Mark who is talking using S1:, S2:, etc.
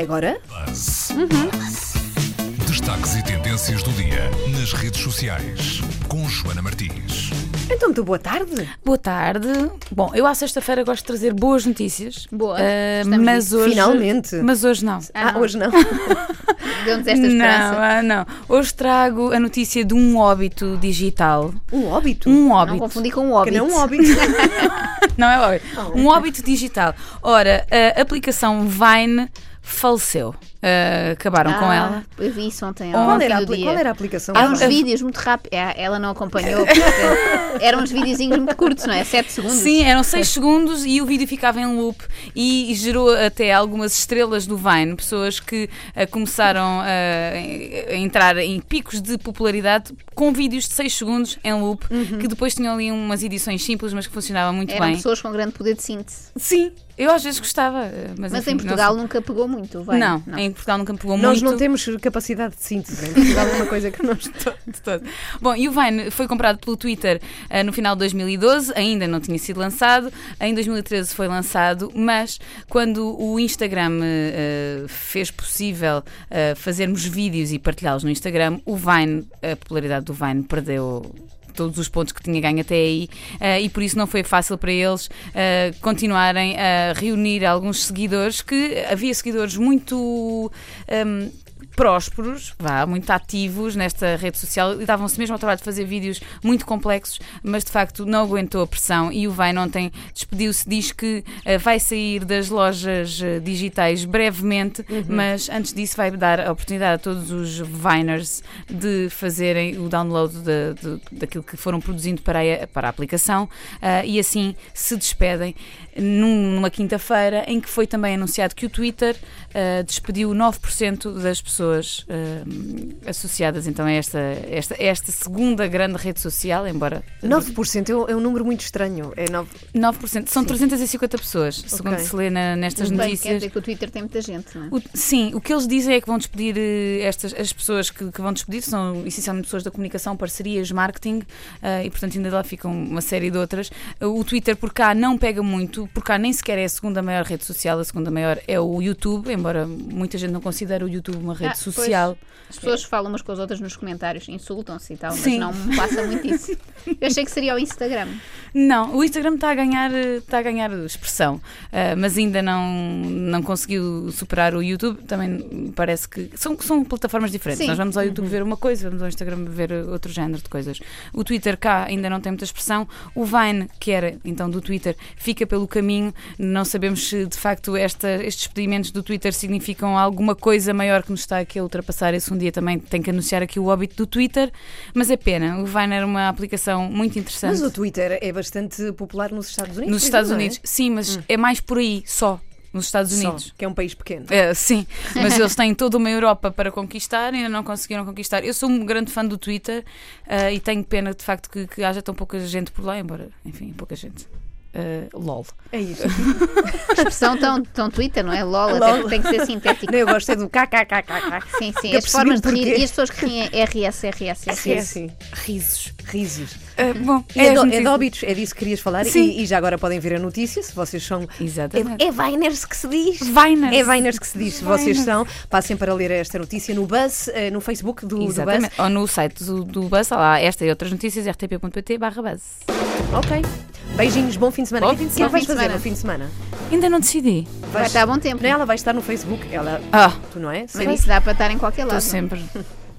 S1: Agora?
S2: Destaques e tendências do dia nas redes sociais com Joana Martins.
S1: Então, tu boa tarde.
S3: Boa tarde. Bom, eu à sexta-feira gosto de trazer boas notícias.
S4: Boa.
S3: Eh,
S4: Estamos
S3: mas hoje,
S1: Finalmente.
S3: Mas hoje não.
S1: Ah,
S4: Ah, não.
S1: hoje não.
S4: Deu-nos esta esperança.
S3: Não, ah, não. Hoje trago a notícia de um óbito digital.
S1: Um óbito.
S3: Um
S4: Não
S3: óbito.
S4: confundi com o óbito.
S1: Que não é um óbito.
S3: Não é óbito. Um óbito digital. Ora, a aplicação Vine faleceu. Ah, acabaram com
S4: Ah,
S3: ela.
S4: Eu vi isso ontem. ao
S1: qual,
S4: fim
S1: era a,
S4: do
S1: apli-
S4: dia.
S1: qual era a aplicação?
S4: Há uns vídeos muito rápidos. É, ela não acompanhou. porque eram uns videozinhos muito curtos, não é? 7 segundos.
S3: Sim, eram 6 segundos e o vídeo ficava em loop e gerou até algumas estrelas do Vine, pessoas que ah, começaram ah, a entrar em picos de popularidade com vídeos de 6 segundos em loop, que depois tinham ali umas edições simples, mas que funcionavam muito
S4: Uhum. Eram
S3: bem.
S4: pessoas com grande poder de síntese.
S1: Sim,
S3: Eu às vezes gostava, ah, mas,
S4: Mas
S3: enfim,
S4: em
S3: não
S4: Portugal
S3: sei.
S4: nunca pegou muito, vai.
S3: não, em Portugal nunca me pegou
S1: nós
S3: muito.
S1: não temos capacidade de síntese. Em Portugal é uma coisa que nós.
S3: de todo. Bom, e o Vine foi comprado pelo Twitter ah, no final de 2012, ainda não tinha sido lançado, em 2013 foi lançado, mas quando o Instagram ah, fez possível ah, fazermos vídeos e partilhá-los no Instagram, o Vine, a popularidade do Vine perdeu todos os pontos que tinha ganho até aí eh, e por isso não foi fácil para eles eh, continuarem a reunir alguns seguidores que havia seguidores muito ehm, prósperos, vá, muito ativos nesta rede social e davam-se mesmo ao trabalho de fazer vídeos muito complexos, mas de facto não aguentou a pressão e o Vine ontem despediu-se, diz que eh, vai sair das lojas eh, digitais brevemente, mas antes disso vai dar a oportunidade a todos os Viners de fazerem o download da- do- daquilo que foram produzindo para a, para a aplicação ah, e assim se despedem num- numa quinta-feira em que foi também anunciado que o Twitter ah, despediu 9% das pessoas ah, associadas então a esta, esta, esta segunda grande rede social, embora
S1: 9% é um- é um número muito estranho. É 9...
S3: 9% são 350 pessoas, segundo
S1: Ok.
S3: se lê na- nestas
S4: Bem, quer
S3: notícias.
S4: dizer que o Twitter tem muita gente, não é?
S3: O- sim, o que eles dizem é que vão despedir eh, estas as pessoas que, que vão despedir são essencialmente pessoas da comunicação, parcerias, marketing eh, e portanto ainda lá ficam uma série de outras. Eh, O Twitter por cá não pega muito, por cá nem sequer é a segunda maior rede social, a segunda maior é o YouTube, embora muita gente não considere o YouTube uma rede
S4: Ah, pois.
S3: social.
S4: As pessoas falam umas com as outras nos comentários, insultam-se e tal, mas
S3: Sim.
S4: não me passa muito isso. Eu achei que seria o Instagram.
S3: Não, o Instagram está a ganhar, eh, está a ganhar expressão, eh, mas ainda não, não conseguiu superar o YouTube. Também parece que são, são plataformas diferentes.
S4: Sim.
S3: Nós vamos ao YouTube
S1: Uhum.
S3: ver uma coisa, vamos ao Instagram ver outro género de coisas. O Twitter cá ainda não tem muita expressão. O Vine, que era então do Twitter, fica pelo caminho. Não sabemos se de facto esta- estes despedimentos do Twitter significam alguma coisa maior que nos está aqui a ultrapassar. Esse um dia também tem que anunciar aqui o óbito do Twitter, mas é pena. O Vine era uma aplicação muito interessante.
S1: Mas o Twitter é bastante popular nos Estados Unidos.
S3: Nos
S1: por
S3: Estados
S1: exemplo,
S3: Unidos, sim, mas é mais por aí, só. Nos Estados
S1: não é?
S3: Unidos.
S1: Só, que é um país pequeno.
S3: É, sim, mas eles têm toda uma Europa para conquistar, ainda não conseguiram conquistar. Eu sou um grande fã do Twitter eh, e tenho pena de facto que, que haja tão pouca gente por lá, embora, enfim, pouca gente. Eh, LOL.
S1: É isso.
S4: A expressão tão, tão Twitter, não é? LOL, até
S1: Lol.
S4: porque tem que ser sintético.
S1: Não, eu gosto é do kkkk.
S4: Sim, sim.
S1: Nunca
S4: As formas de
S1: percebi
S4: rir
S1: porquê.
S4: e as pessoas que riem é RS, RS, RS.
S1: É assim.
S3: Risos.
S1: Risos.
S3: bom,
S1: E é,
S3: as
S1: do, é
S3: notícias.
S1: de óbitos, é disso que querias falar.
S3: Sim.
S1: E, e já agora podem ver a notícia, se vocês são.
S3: Exatamente.
S1: É, é Viners que se diz.
S3: Viners.
S1: É Viners que se diz. Se vocês
S3: Viners.
S1: são, passem para ler esta notícia no Buzz, eh, no Facebook do, do Buzz.
S3: Exatamente. Ou no site do, do Buzz, há lá, esta e outras notícias, rtp.pt/barra Buzz.
S1: Ok. Beijinhos, bom fim de semana.
S3: Bom
S1: O que-
S3: fim de
S1: O que é que
S3: semana.
S1: vais
S4: Bom fim de
S1: fazer
S4: semana.
S1: no fim de semana?
S3: Ainda não decidi.
S4: Vai
S1: Vais...
S4: estar a bom tempo.
S1: Não, ela vai estar no Facebook. Ela.
S3: Ah,
S1: Tu não é? Sim.
S4: Mas isso dá para estar em qualquer
S3: estou
S4: lado. é?
S3: sempre.